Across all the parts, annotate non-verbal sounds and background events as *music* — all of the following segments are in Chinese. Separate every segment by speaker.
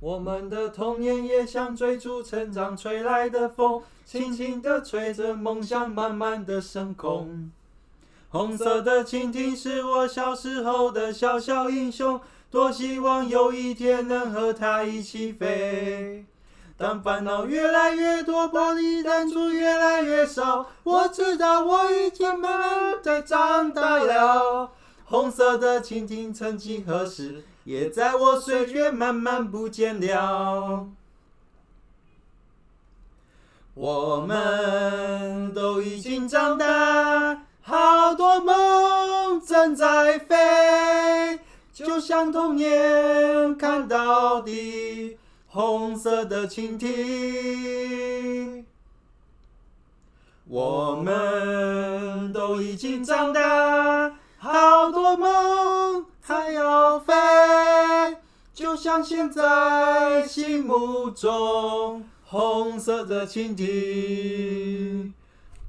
Speaker 1: 我们的童年也像追逐成长吹来的风，轻轻地吹着梦想，慢慢地升空。红色的蜻蜓是我小时候的小小英雄，多希望有一天能和它一起飞。当烦恼越来越多，玻璃弹珠越来越少，我知道我已经慢慢在长大了。红色的蜻蜓曾几何时，也在我岁月慢慢不见了。我们都已经长大，好多梦正在飞，就像童年看到的红色的蜻蜓。我们都已经长大，好多梦还要飞，就像现在心目中红色的蜻蜓。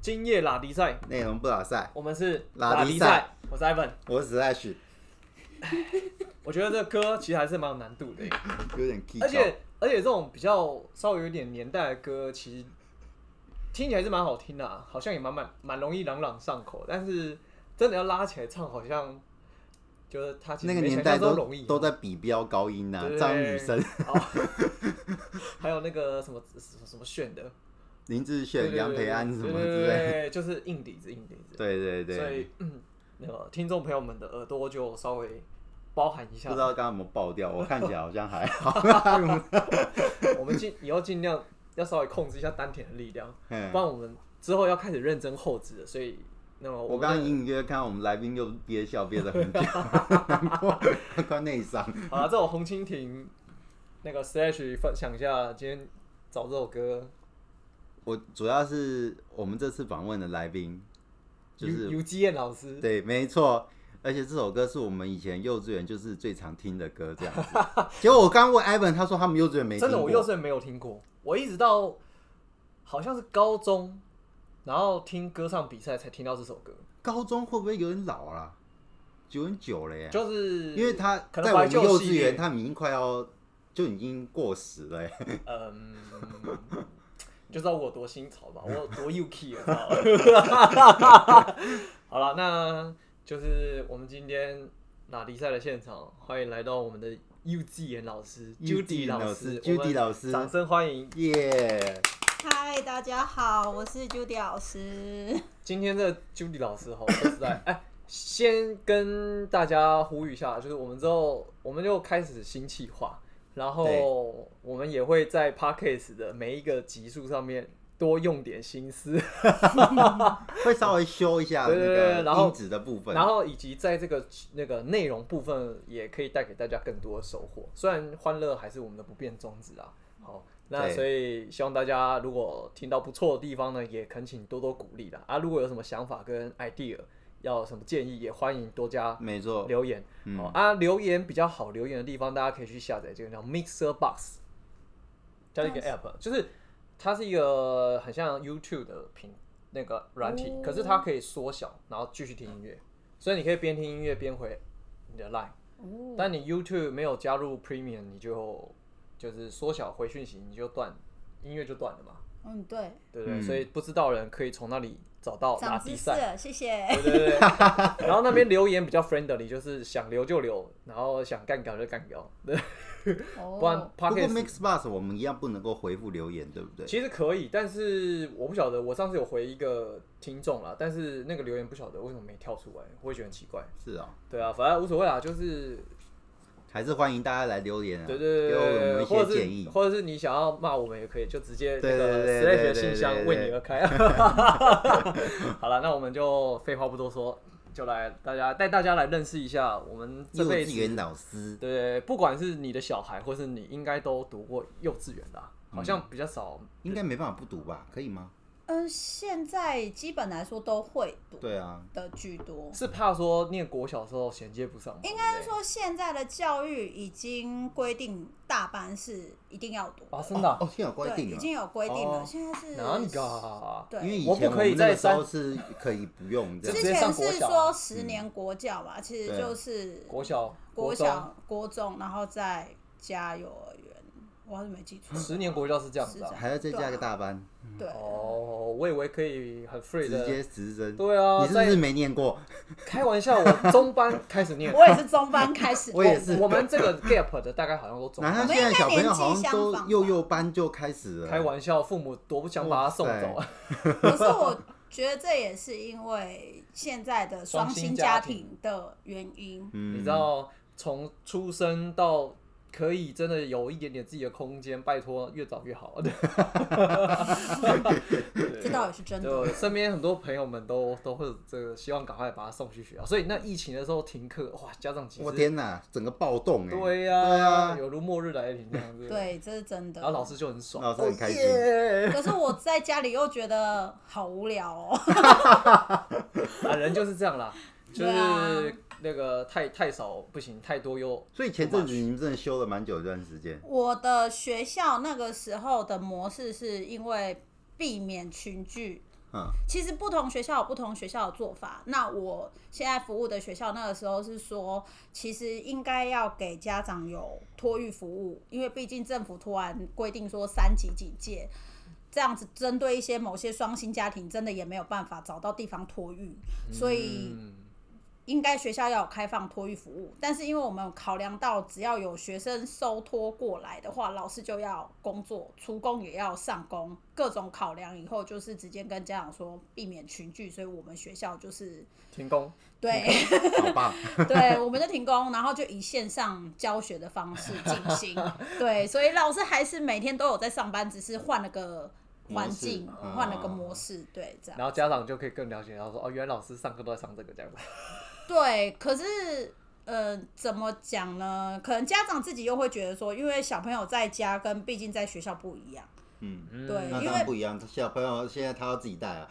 Speaker 2: 今夜拉迪赛，
Speaker 3: 内容不老赛，
Speaker 2: 我们是
Speaker 3: 拉迪赛
Speaker 2: 赛，我是 Ivan。
Speaker 3: 我只在许
Speaker 2: 我觉得这歌其实还是蛮有难度的耶，
Speaker 3: 有点 key，
Speaker 2: 而且而且这种比较稍微有点年代的歌，其实听起来是蛮好听的啊、好像也蛮蛮蛮容易朗朗上口，但是真的要拉起来唱，好像就是它其实
Speaker 3: 那个
Speaker 2: 没
Speaker 3: 年
Speaker 2: 想
Speaker 3: 代
Speaker 2: 象中
Speaker 3: 都
Speaker 2: 容易啊
Speaker 3: 都在比飙高音呐、啊
Speaker 2: 对，
Speaker 3: 张雨生、
Speaker 2: *laughs* 还有那个什么什么什么炫的，
Speaker 3: 林志
Speaker 2: 对
Speaker 3: 炫、杨培安什么之，
Speaker 2: 对对对对
Speaker 3: 类，
Speaker 2: 对对就是硬底子硬底子。
Speaker 3: 对对
Speaker 2: 所以
Speaker 3: 对，
Speaker 2: 嗯那个听众朋友们的耳朵就稍微包含一
Speaker 3: 不
Speaker 2: 下
Speaker 3: 知，道刚刚有没有爆掉，我看起来好像还好，
Speaker 2: *laughs* 我们尽以后尽量要稍微控制一下丹田的力量，
Speaker 3: 嗯
Speaker 2: 不然我们之后要开始认真后置了。所以那么
Speaker 3: 我
Speaker 2: 们
Speaker 3: 刚刚
Speaker 2: 的
Speaker 3: 隐隐约约看到我们来宾又憋笑憋了
Speaker 2: *laughs*
Speaker 3: 很久，快快内伤。
Speaker 2: 好了，这首红蜻蜓那个 Slash 分享一下今天找这首歌
Speaker 3: 我主要是我们这次访问的来宾，就
Speaker 2: 尤
Speaker 3: 是
Speaker 2: 尤基燕老师，
Speaker 3: 对，没错。而且这首歌是我们以前幼稚园就是最常听的歌，这样子。结果我刚问 Ivan，他说他们幼稚园没听
Speaker 2: 真的
Speaker 3: 过
Speaker 2: 我幼稚园没有听过，我一直到好像是高中，然后听歌唱比赛才听到这首歌，
Speaker 3: 高中会不会有点老了、九点九了耶，
Speaker 2: 就是
Speaker 3: 因为他
Speaker 2: 可
Speaker 3: 在
Speaker 2: 能
Speaker 3: 我
Speaker 2: 怀
Speaker 3: 们
Speaker 2: 旧
Speaker 3: 幼
Speaker 2: 系
Speaker 3: 稚园，
Speaker 2: 列
Speaker 3: 他们已经快要就已经过时了耶。
Speaker 2: 嗯，你就知道我有多新潮
Speaker 3: *laughs*
Speaker 2: 吧，我有多 UK 了，知道吗 *laughs* 好了，那就是我们今天拉迪赛的现场，欢迎来到我们的 U G 严老师
Speaker 3: Judy 老
Speaker 2: 师
Speaker 3: 师
Speaker 2: 我们
Speaker 3: ，Judy 老师
Speaker 2: 掌声欢迎！
Speaker 3: 耶！
Speaker 4: 嗨，大家好，我是 Judy 老师。
Speaker 2: 今天这 Judy 老师哈，说
Speaker 3: *laughs*
Speaker 2: 实在，哎，先跟大家呼吁一下，就是我们之后我们就开始新企划，然
Speaker 3: 对
Speaker 2: 后我们也会在 Podcast 的每一个集数上面多用点心思。
Speaker 3: 会稍微修一下那
Speaker 2: 对对对
Speaker 3: 个
Speaker 2: 然后
Speaker 3: 音质的部分，
Speaker 2: 然后以及在这个那个内容部分，也可以带给大家更多的收获。虽然欢乐还是我们的不变宗旨啊。好，那
Speaker 3: 对
Speaker 2: 所以希望大家如果听到不错的地方呢，也恳请多多鼓励啦。啊，如果有什么想法跟 idea，要有什么建议，也欢迎多加
Speaker 3: 没错，嗯
Speaker 2: 留言。好啊，留言比较好留言的地方，大家可以去下载这个叫 Mixer Box，叫一个 app，就是它是一个很像 YouTube 的屏那个软体，
Speaker 4: 哦
Speaker 2: 可是它可以缩小，然后继续听音乐，所以你可以边听音乐边回你的 Line。但
Speaker 4: 嗯
Speaker 2: 你 YouTube 没有加入 Premium，你就就是缩小回讯息，你就断音乐就断了嘛，
Speaker 4: 嗯，对，
Speaker 2: 对不对？
Speaker 3: 嗯
Speaker 2: 所以不知道的人可以从那里找到拉
Speaker 4: 长
Speaker 2: 低
Speaker 4: 知识
Speaker 2: 赛。
Speaker 4: 了，谢谢。
Speaker 2: 对对对，
Speaker 3: *laughs*
Speaker 2: 然后那边留言比较 friendly，就是想留就留，然后想干搞就干搞，对，不然
Speaker 4: 哦，
Speaker 3: 不过
Speaker 2: podcast
Speaker 3: Mix Bus 我们一样不能够回复留言，对不对？
Speaker 2: 其实可以，但是我不晓得，我上次有回一个听众啦，但是那个留言不晓得为什么没跳出来，我会觉得很奇怪。
Speaker 3: 是哦，
Speaker 2: 对啊，反正无所谓啦，就是
Speaker 3: 还是欢迎大家来留言啊，
Speaker 2: 对对
Speaker 3: 给
Speaker 2: 对
Speaker 3: 我
Speaker 2: 对
Speaker 3: 们
Speaker 2: 对，
Speaker 3: 一
Speaker 2: 或
Speaker 3: 些
Speaker 2: 者
Speaker 3: 建议
Speaker 2: 是。或者是你想要骂我们也可以，就直接那
Speaker 3: 对
Speaker 2: 个
Speaker 3: 对对
Speaker 2: s l a
Speaker 3: 对
Speaker 2: s
Speaker 3: 对对
Speaker 2: 的信箱为你而开。 *laughs* 好了，那我们就废话不多说，就来大家带大家来认识一下我们这
Speaker 3: 幼
Speaker 2: 辈
Speaker 3: 稚
Speaker 2: 子
Speaker 3: 园老师，
Speaker 2: 对，不管是你的小孩，或是你应该都读过幼稚园啦，好
Speaker 3: 嗯
Speaker 2: 像比较少。
Speaker 3: 应该没办法不读吧？可以吗？
Speaker 4: 嗯、现在基本来说都会读
Speaker 3: 对啊，
Speaker 4: 的居多。
Speaker 2: 是怕说念国小的时候衔接不上，
Speaker 4: 应该
Speaker 2: 对
Speaker 4: 是
Speaker 2: 不
Speaker 4: 说，现在的教育已经规定大班是一定要读
Speaker 2: 对啊，
Speaker 4: 的，
Speaker 2: 真的啊、
Speaker 3: 哦，现在有规
Speaker 4: 对，
Speaker 3: 定
Speaker 4: 已
Speaker 3: 了，
Speaker 4: 经有规定了。
Speaker 2: 哦
Speaker 4: 现在是
Speaker 2: 哪里啊个？
Speaker 4: 对，
Speaker 3: 因为以
Speaker 2: 我不
Speaker 3: 前我
Speaker 2: 可以
Speaker 3: 们那
Speaker 2: 在
Speaker 3: 个时候
Speaker 2: 三
Speaker 3: 是可以不用这
Speaker 2: 直
Speaker 4: 之
Speaker 3: 样，
Speaker 2: 接
Speaker 4: 前
Speaker 2: 上国
Speaker 4: 是
Speaker 2: 小啊
Speaker 4: 说十年国教嘛，其实
Speaker 3: 对啊
Speaker 4: 就是
Speaker 2: 国小、
Speaker 4: 国
Speaker 2: 中
Speaker 4: 小、国中，然后再加幼儿园。我要是没记错，
Speaker 2: 十年国教是这样子
Speaker 4: 是这
Speaker 2: 啊。
Speaker 4: 样
Speaker 3: 还要再加个大班，
Speaker 4: 对，
Speaker 2: 哦，我以为可以很
Speaker 3: 直
Speaker 2: free 的。
Speaker 3: 接直升。
Speaker 2: 啊对啊，
Speaker 3: 你是不是
Speaker 2: 在
Speaker 3: 没念过？
Speaker 2: 开玩笑，我中班开始念，
Speaker 4: 我也是中班开始念的，
Speaker 3: 我也是
Speaker 2: 我们这个 gap 的大概好像都中
Speaker 3: 哪
Speaker 2: 班
Speaker 3: 像。现在小朋友好像都幼幼班就开始
Speaker 2: 开
Speaker 3: 了，
Speaker 2: 玩笑，父母多不想把他送走啊。
Speaker 4: 可是我觉得这也是因为现在的双薪家庭的原因。
Speaker 3: 嗯
Speaker 2: 你知道，从出生到可以真的有一点点自己的空间，拜托越早越好。 *laughs*
Speaker 4: *laughs* 这倒也是真
Speaker 2: 就
Speaker 4: 的。
Speaker 2: 身边很多朋友们都都会有这个希望赶快把他送去学校，所以那疫情的时候停课，哇，家长其
Speaker 3: 我
Speaker 2: 实
Speaker 3: 天哪，整个暴动哎！
Speaker 2: 对呀、
Speaker 3: 对啊
Speaker 2: 有如末日来临这样子。，
Speaker 4: 对，这是真的。
Speaker 2: 然后老师就很爽，
Speaker 3: 老师很开心
Speaker 2: 哦耶 *laughs*
Speaker 4: 可是我在家里又觉得好无聊哦。
Speaker 2: 啊，人就是这样啦，就
Speaker 4: 对啊
Speaker 2: 是那个太太少不行，太多又
Speaker 3: 所以前阵子你们真的休了蛮久一段时间，
Speaker 4: 我的学校那个时候的模式是因为避免群聚。
Speaker 3: 嗯，
Speaker 4: 其实不同学校有不同学校的做法。那我现在服务的学校那个时候是说，其实应该要给家长有托育服务，因为毕竟政府突然规定说三级警戒，这样子针对一些某些双薪家庭，真的也没有办法找到地方托育，所以
Speaker 2: 嗯
Speaker 4: 应该学校要有开放托育服务，但是因为我们有考量到只要有学生收托过来的话，老师就要工作，出工也要上工，各种考量以后，就是直接跟家长说避免群聚，所以我们学校就是
Speaker 2: 停工。
Speaker 4: 对
Speaker 3: *laughs* 好棒！
Speaker 4: *laughs* 对，我们就停工，然后就以线上教学的方式进行。对，所以老师还是每天都有在上班，只是换了个环境
Speaker 3: 模，
Speaker 2: 式
Speaker 4: 换了个模式，对，这样。
Speaker 2: 然后家长就可以更了解到说，哦，原来老师上课都在上这个这样子。
Speaker 4: 对，可是呃，怎么讲呢？可能家长自己又会觉得说，因为小朋友在家跟毕竟在学校不一样。
Speaker 3: 嗯，
Speaker 4: 对
Speaker 3: 那
Speaker 4: 因
Speaker 3: 当
Speaker 4: 为
Speaker 3: 然不一样，小朋友现在他要自己带啊，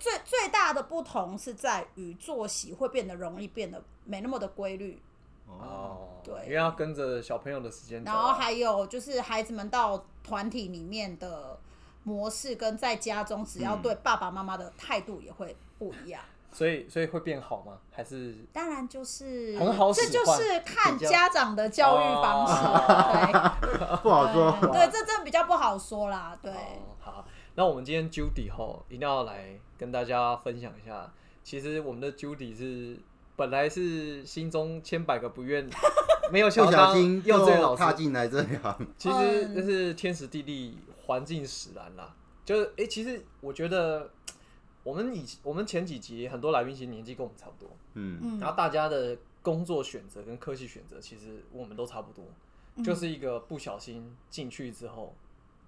Speaker 4: 最最大的不同是在于作息会变得容易变得没那么的规律，
Speaker 2: 哦，
Speaker 4: 对
Speaker 2: 因为要跟着小朋友的时间走
Speaker 4: 然后
Speaker 2: 啊。
Speaker 4: 还有就是孩子们到团体里面的模式跟在家中，
Speaker 2: 嗯
Speaker 4: 只要对爸爸妈妈的态度也会不一样。
Speaker 2: 所以所以会变好吗？还是
Speaker 4: 当然就是
Speaker 2: 很好
Speaker 4: 这
Speaker 2: 使
Speaker 4: 就
Speaker 2: 唤哦
Speaker 4: 是看
Speaker 3: 比较
Speaker 4: 家长的教育方式，对。
Speaker 3: 不哦好
Speaker 2: *laughs*
Speaker 3: 说。
Speaker 4: 对，这真的比较不好说啦。对，
Speaker 2: 哦好，那我们今天 Judy 吼一定要来跟大家分享一下，其实我们的 Judy 是本来是心中千百个不
Speaker 4: *laughs*
Speaker 2: 愿，没有想
Speaker 3: 不
Speaker 2: 要
Speaker 3: 小
Speaker 2: 当
Speaker 3: 心
Speaker 2: 幼稚园老
Speaker 3: 又
Speaker 2: 师
Speaker 3: 踏，进来这一行，
Speaker 2: 其实那是天时地利环境使然啦。就是诶，其实我觉得我们以我们前几集很多来宾其实年纪跟我们差不多，
Speaker 3: 嗯，
Speaker 4: 嗯
Speaker 2: 然，后大家的工作选择跟科系选择，其实我们都差不多，就是一个不小心进去之后，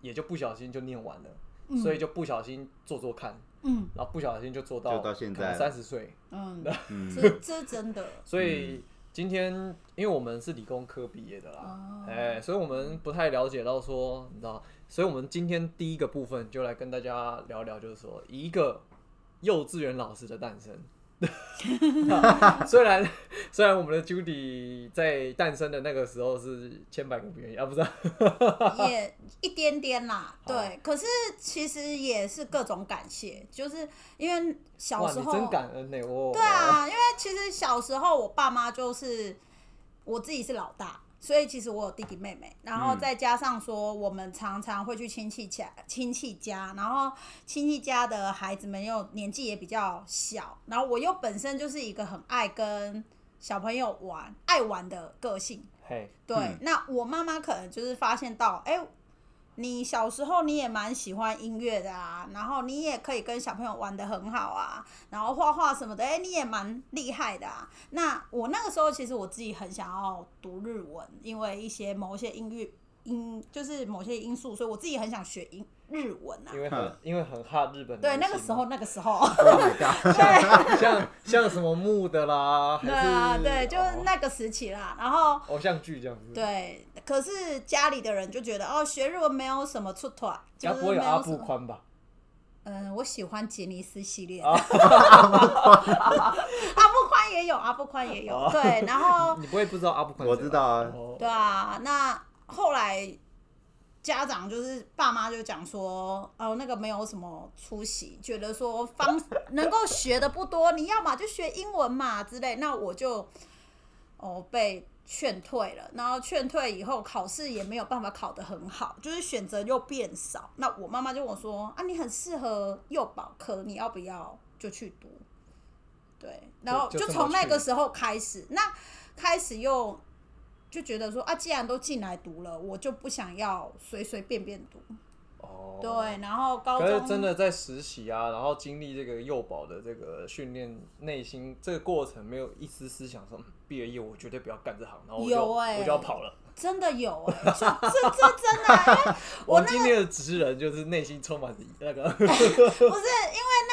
Speaker 2: 也就不小心就念完了，所以就不小心做做看，
Speaker 4: 嗯
Speaker 2: 然后不小心就做
Speaker 3: 就到现在
Speaker 2: 三十岁。 *laughs*
Speaker 4: 嗯
Speaker 3: 嗯，
Speaker 4: 这这是真的。
Speaker 2: 所
Speaker 4: 嗯
Speaker 2: 以今天因为我们是理工科毕业的啦
Speaker 4: 哦，
Speaker 2: 哎、所以我们不太了解到说，你知道，所以我们今天第一个部分就来跟大家聊聊，就是说一个幼稚园老师的诞生。 *laughs* 虽然虽然我们的 Judy 在诞生的那个时候是千百个不愿意啊，不是啊、
Speaker 4: 也一点点啦，对。可是其实也是各种感谢，就是因为小
Speaker 2: 哇，
Speaker 4: 时
Speaker 2: 你
Speaker 4: 候，
Speaker 2: 真感哦恩呢、欸我
Speaker 4: 对，啊，因为其实小时候我爸妈就是我自己是老大。所以其实我有弟弟妹妹，然
Speaker 2: 嗯
Speaker 4: 后再加上说我们常常会去亲戚家亲戚家，然后亲戚家的孩子们又年纪也比较小，然后我又本身就是一个很爱跟小朋友玩、爱玩的个性，
Speaker 2: 嘿，
Speaker 4: 对，
Speaker 3: 嗯
Speaker 4: 那我妈妈可能就是发现到，哎、你小时候你也蛮喜欢音乐的啊，然后你也可以跟小朋友玩的很好啊，然后画画什么的，哎、你也蛮厉害的啊。那我那个时候其实我自己很想要读日文，因为一些某一些音乐因就是某些因素，所以我自己很想学英日文啊
Speaker 2: 因。为很
Speaker 3: 嗯
Speaker 2: 因为很怕日本，
Speaker 4: 对，那个时
Speaker 2: *laughs*
Speaker 4: 候，那个时候，
Speaker 3: Oh my god！
Speaker 2: 像像什么木的啦，还
Speaker 4: *laughs* 对
Speaker 2: 是
Speaker 4: 啊，对，就是
Speaker 2: 哦
Speaker 4: 那个时期啦。然后
Speaker 2: 偶像剧这样子，
Speaker 4: 对，可是家里的人就觉得哦，学日文没有什么出头，就
Speaker 2: 该
Speaker 4: 是
Speaker 2: 不会
Speaker 4: 没
Speaker 2: 有阿
Speaker 4: 有什
Speaker 2: 布
Speaker 4: 么。
Speaker 2: 宽
Speaker 4: *laughs*
Speaker 2: 吧？
Speaker 4: 嗯，我喜欢杰尼斯系列，
Speaker 2: 啊 *laughs*
Speaker 4: 阿布宽也有， *laughs* 阿布宽也有
Speaker 2: 哦，
Speaker 4: 对，然后 *laughs*
Speaker 2: 你不会不知道阿布宽？
Speaker 3: 我知道啊
Speaker 2: 哦
Speaker 4: 对啊，那后来家长就是爸妈就讲说，哦，那个没有什么出息，觉得说方 *laughs* 能够学的不多，你要嘛就学英文嘛之类，那我就哦被劝退了，然后劝退以后考试也没有办法考得很好，就是选择又变少。那我妈妈就跟我说啊，你很适合幼保科，你要不要就去读？对，然后
Speaker 2: 就就这么
Speaker 4: 从那
Speaker 2: 去
Speaker 4: 个时候开始，那开始又就觉得说啊，既然都进来读了，我就不想要随随便便读。
Speaker 2: 哦，
Speaker 4: 对，然后高
Speaker 2: 可
Speaker 4: 中
Speaker 2: 是真的在实习啊，然后经历这个幼保的这个训练，内心这个过程没有一丝丝想说，嗯毕了业我绝对不要干这行，然后我就
Speaker 4: 有欸
Speaker 2: 我就要跑
Speaker 4: *laughs*
Speaker 2: 了。
Speaker 4: 真的有
Speaker 2: *laughs*
Speaker 4: 哎、欸，这这这真的啊、因为
Speaker 2: 我们今天的职人就是内心充满着那
Speaker 4: *laughs*
Speaker 2: 个
Speaker 4: 不是因为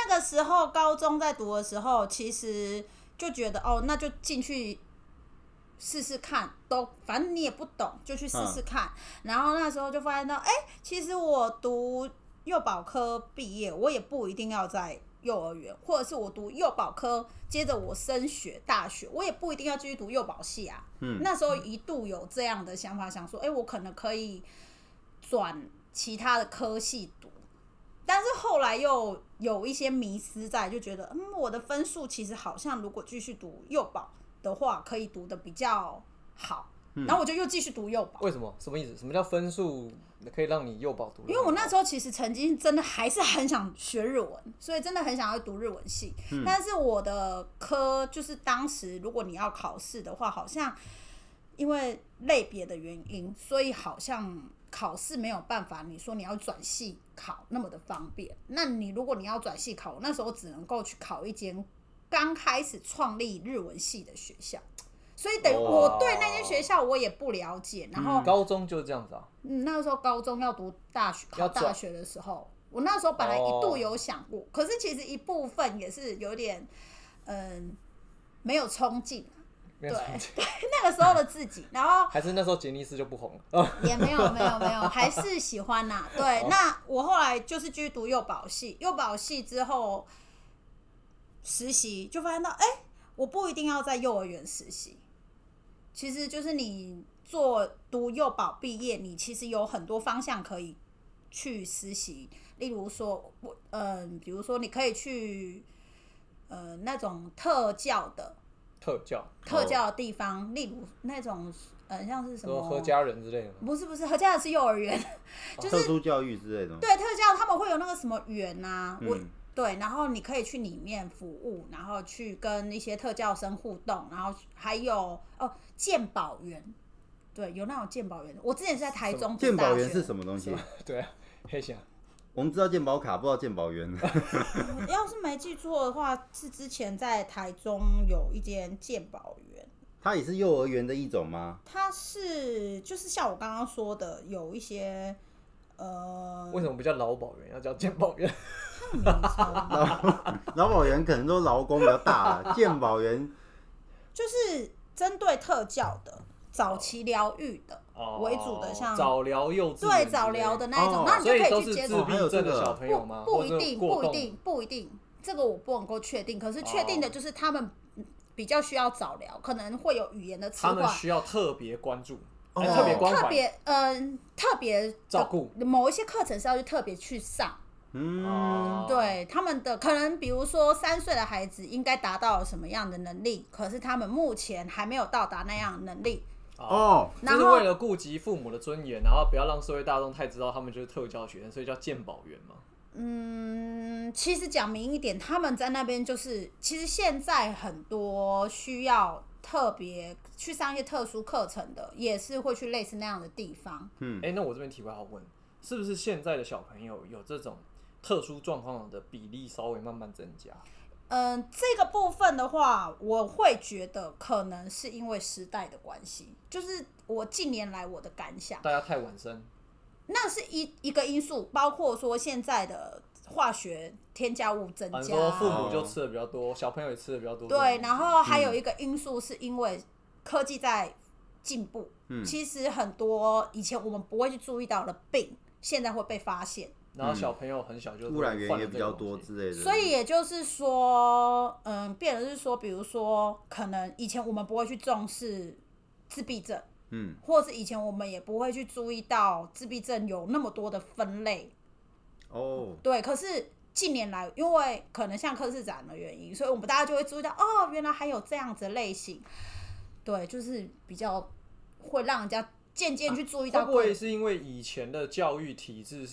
Speaker 4: 那个时候高中在读的时候，其实就觉得哦，那就进去试试看，都反正你也不懂，就去试试看。然后那时候就发现到，哎、其实我读幼保科毕业，我也不一定要在幼儿园，或者是我读幼保科，接着我升学大学，我也不一定要继续读幼保系啊。
Speaker 3: 嗯
Speaker 4: 那时候一度有这样的想法，想说，哎、我可能可以转其他的科系读。但是后来又有一些迷失在，就觉得嗯，我的分数其实好像如果继续读幼保的话，可以读的比较好，然后我就又继续读幼保。
Speaker 2: 为什么？什么意思？什么叫分数可以让你幼保读得很好？
Speaker 4: 因为我那时候其实曾经真的还是很想学日文，所以真的很想要读日文系。但是我的科就是当时如果你要考试的话，好像因为类别的原因，所以好像考试没有办法。你说你要转系考那么的方便，那你如果你要转系考，我那时候只能够去考一间刚开始创立日文系的学校。所以等于我对那间学校我也不了解，然后
Speaker 2: 高中就是这样子啊，
Speaker 4: 嗯，那个时候高中要读大学，考
Speaker 2: 要转
Speaker 4: 大学的时候，我那时候本来一
Speaker 2: 哦
Speaker 4: 度有想过，可是其实一部分也是有点，嗯，没有冲劲。
Speaker 2: 没有什么 *laughs* 钱
Speaker 4: 那个时候的自己，然后
Speaker 2: 还是那时候杰尼斯就不红了。
Speaker 4: 也没有没有没有，
Speaker 2: *laughs*
Speaker 4: 还是喜欢呐、对，那我后来就是继续读幼保系，幼保系之后实习就发现到，哎、我不一定要在幼儿园实习，其实就是你做读幼保毕业，你其实有很多方向可以去实习，例如说，我嗯、比如说你可以去呃那种特教的
Speaker 2: 特教，
Speaker 4: 特教的地方，例如那种呃像是什
Speaker 2: 哦说
Speaker 4: 么
Speaker 2: 和家人之类的吗。
Speaker 4: 不是不是，和家的是幼儿园，就是
Speaker 3: 特殊教育之类的吗？
Speaker 4: 对特教他们会有那个什么园啊，我、
Speaker 3: 嗯
Speaker 4: 对，然后你可以去里面服务，然后去跟一些特教生互动，然后还有哦鉴宝园，对，有那种鉴宝园，我之前是在台中
Speaker 3: 鉴宝园是
Speaker 4: 么？
Speaker 3: 什么东西？
Speaker 2: 对啊，黑想
Speaker 3: 我们知道鉴宝卡，不知道鉴宝 *laughs* 园。
Speaker 4: 要是没记错的话，是之前在台中有一间鉴宝园，
Speaker 3: 它也是幼儿园的一种吗？
Speaker 4: 它是就是像我刚刚说的，有一些呃，
Speaker 2: 为什么不叫劳保员，要叫健保员？
Speaker 4: 它的名称
Speaker 3: 劳保员可能都劳工比较大
Speaker 4: *laughs*
Speaker 3: 了，鉴宝员
Speaker 4: 就是针对特教的、早期疗愈的、
Speaker 2: *laughs* 哦
Speaker 4: 为主的像，
Speaker 2: 早疗幼稚园之类
Speaker 4: 对早疗的那一
Speaker 3: 哦
Speaker 4: 种，那你就
Speaker 2: 所以
Speaker 4: 可
Speaker 2: 都
Speaker 4: 去
Speaker 2: 是
Speaker 4: 接
Speaker 2: 自
Speaker 4: 触。
Speaker 3: 还有这
Speaker 2: 闭症的
Speaker 3: 个
Speaker 2: 小朋友吗？
Speaker 4: 不不
Speaker 2: 或
Speaker 4: 一
Speaker 2: 者
Speaker 4: 定，
Speaker 2: 过
Speaker 4: 不一
Speaker 2: 动
Speaker 4: 定，不一定，这个我不能够确定。可是确定的
Speaker 2: 哦
Speaker 4: 就是他们比较需要早疗，可能会有语言的迟
Speaker 2: 他们
Speaker 4: 缓。
Speaker 2: 需要特别关注，
Speaker 3: 哦
Speaker 2: 哎特别关
Speaker 4: 特
Speaker 2: 怀，
Speaker 4: 别嗯、特别
Speaker 2: 照顾
Speaker 4: 某一些课程是要去特别去上，
Speaker 3: 嗯，
Speaker 2: 哦，
Speaker 4: 对他们的可能，比如说三岁的孩子应该达到什么样的能力，可是他们目前还没有到达那样的能力，
Speaker 2: 哦。
Speaker 3: 哦，
Speaker 2: 就
Speaker 4: 然
Speaker 2: 是
Speaker 4: 后
Speaker 2: 为了顾及父母的尊严，然后不要让社会大众太知道他们就是特教学生，所以叫健保员嘛。
Speaker 4: 嗯，其实讲明一点，他们在那边就是，其实现在很多需要特别去上一些特殊课程的，也是会去类似那样的地方。
Speaker 3: 嗯
Speaker 2: 哎、，那我这边题外话问，是不是现在的小朋友有这种特殊状况的比例稍微慢慢增加？
Speaker 4: 嗯，这个部分的话，我会觉得可能是因为时代的关系，就是我近年来我的感想，
Speaker 2: 大家太晚生，
Speaker 4: 那是一一个因素，包括说现在的化学添加物增
Speaker 2: 反
Speaker 4: 加，
Speaker 2: 正说父母嗯就吃的比较多，小朋友也吃的比较多。
Speaker 4: 对，然后还有一个因素是因为科技在进步，
Speaker 3: 嗯
Speaker 4: 其实很多以前我们不会去注意到的病，现在会被发现，
Speaker 2: 然后小朋友很小就
Speaker 3: 嗯污染源
Speaker 2: 患
Speaker 3: 也
Speaker 2: 了这
Speaker 3: 比
Speaker 2: 个
Speaker 3: 较
Speaker 2: 东
Speaker 3: 多
Speaker 2: 西
Speaker 3: 之类的。
Speaker 4: 所以也就是说，嗯，变的是说，比如说，可能以前我们不会去重视自闭症，
Speaker 3: 嗯，
Speaker 4: 或是以前我们也不会去注意到自闭症有那么多的分类，
Speaker 3: 哦，
Speaker 4: 对，可是近年来，因为可能像柯市长的原因，所以我们大家就会注意到，哦，原来还有这样子的类型。对，就是比较会让人家渐渐去注意
Speaker 2: 啊会
Speaker 4: 到
Speaker 2: 不
Speaker 4: 个
Speaker 2: 会
Speaker 4: 人。
Speaker 2: 是因为以前的教育体制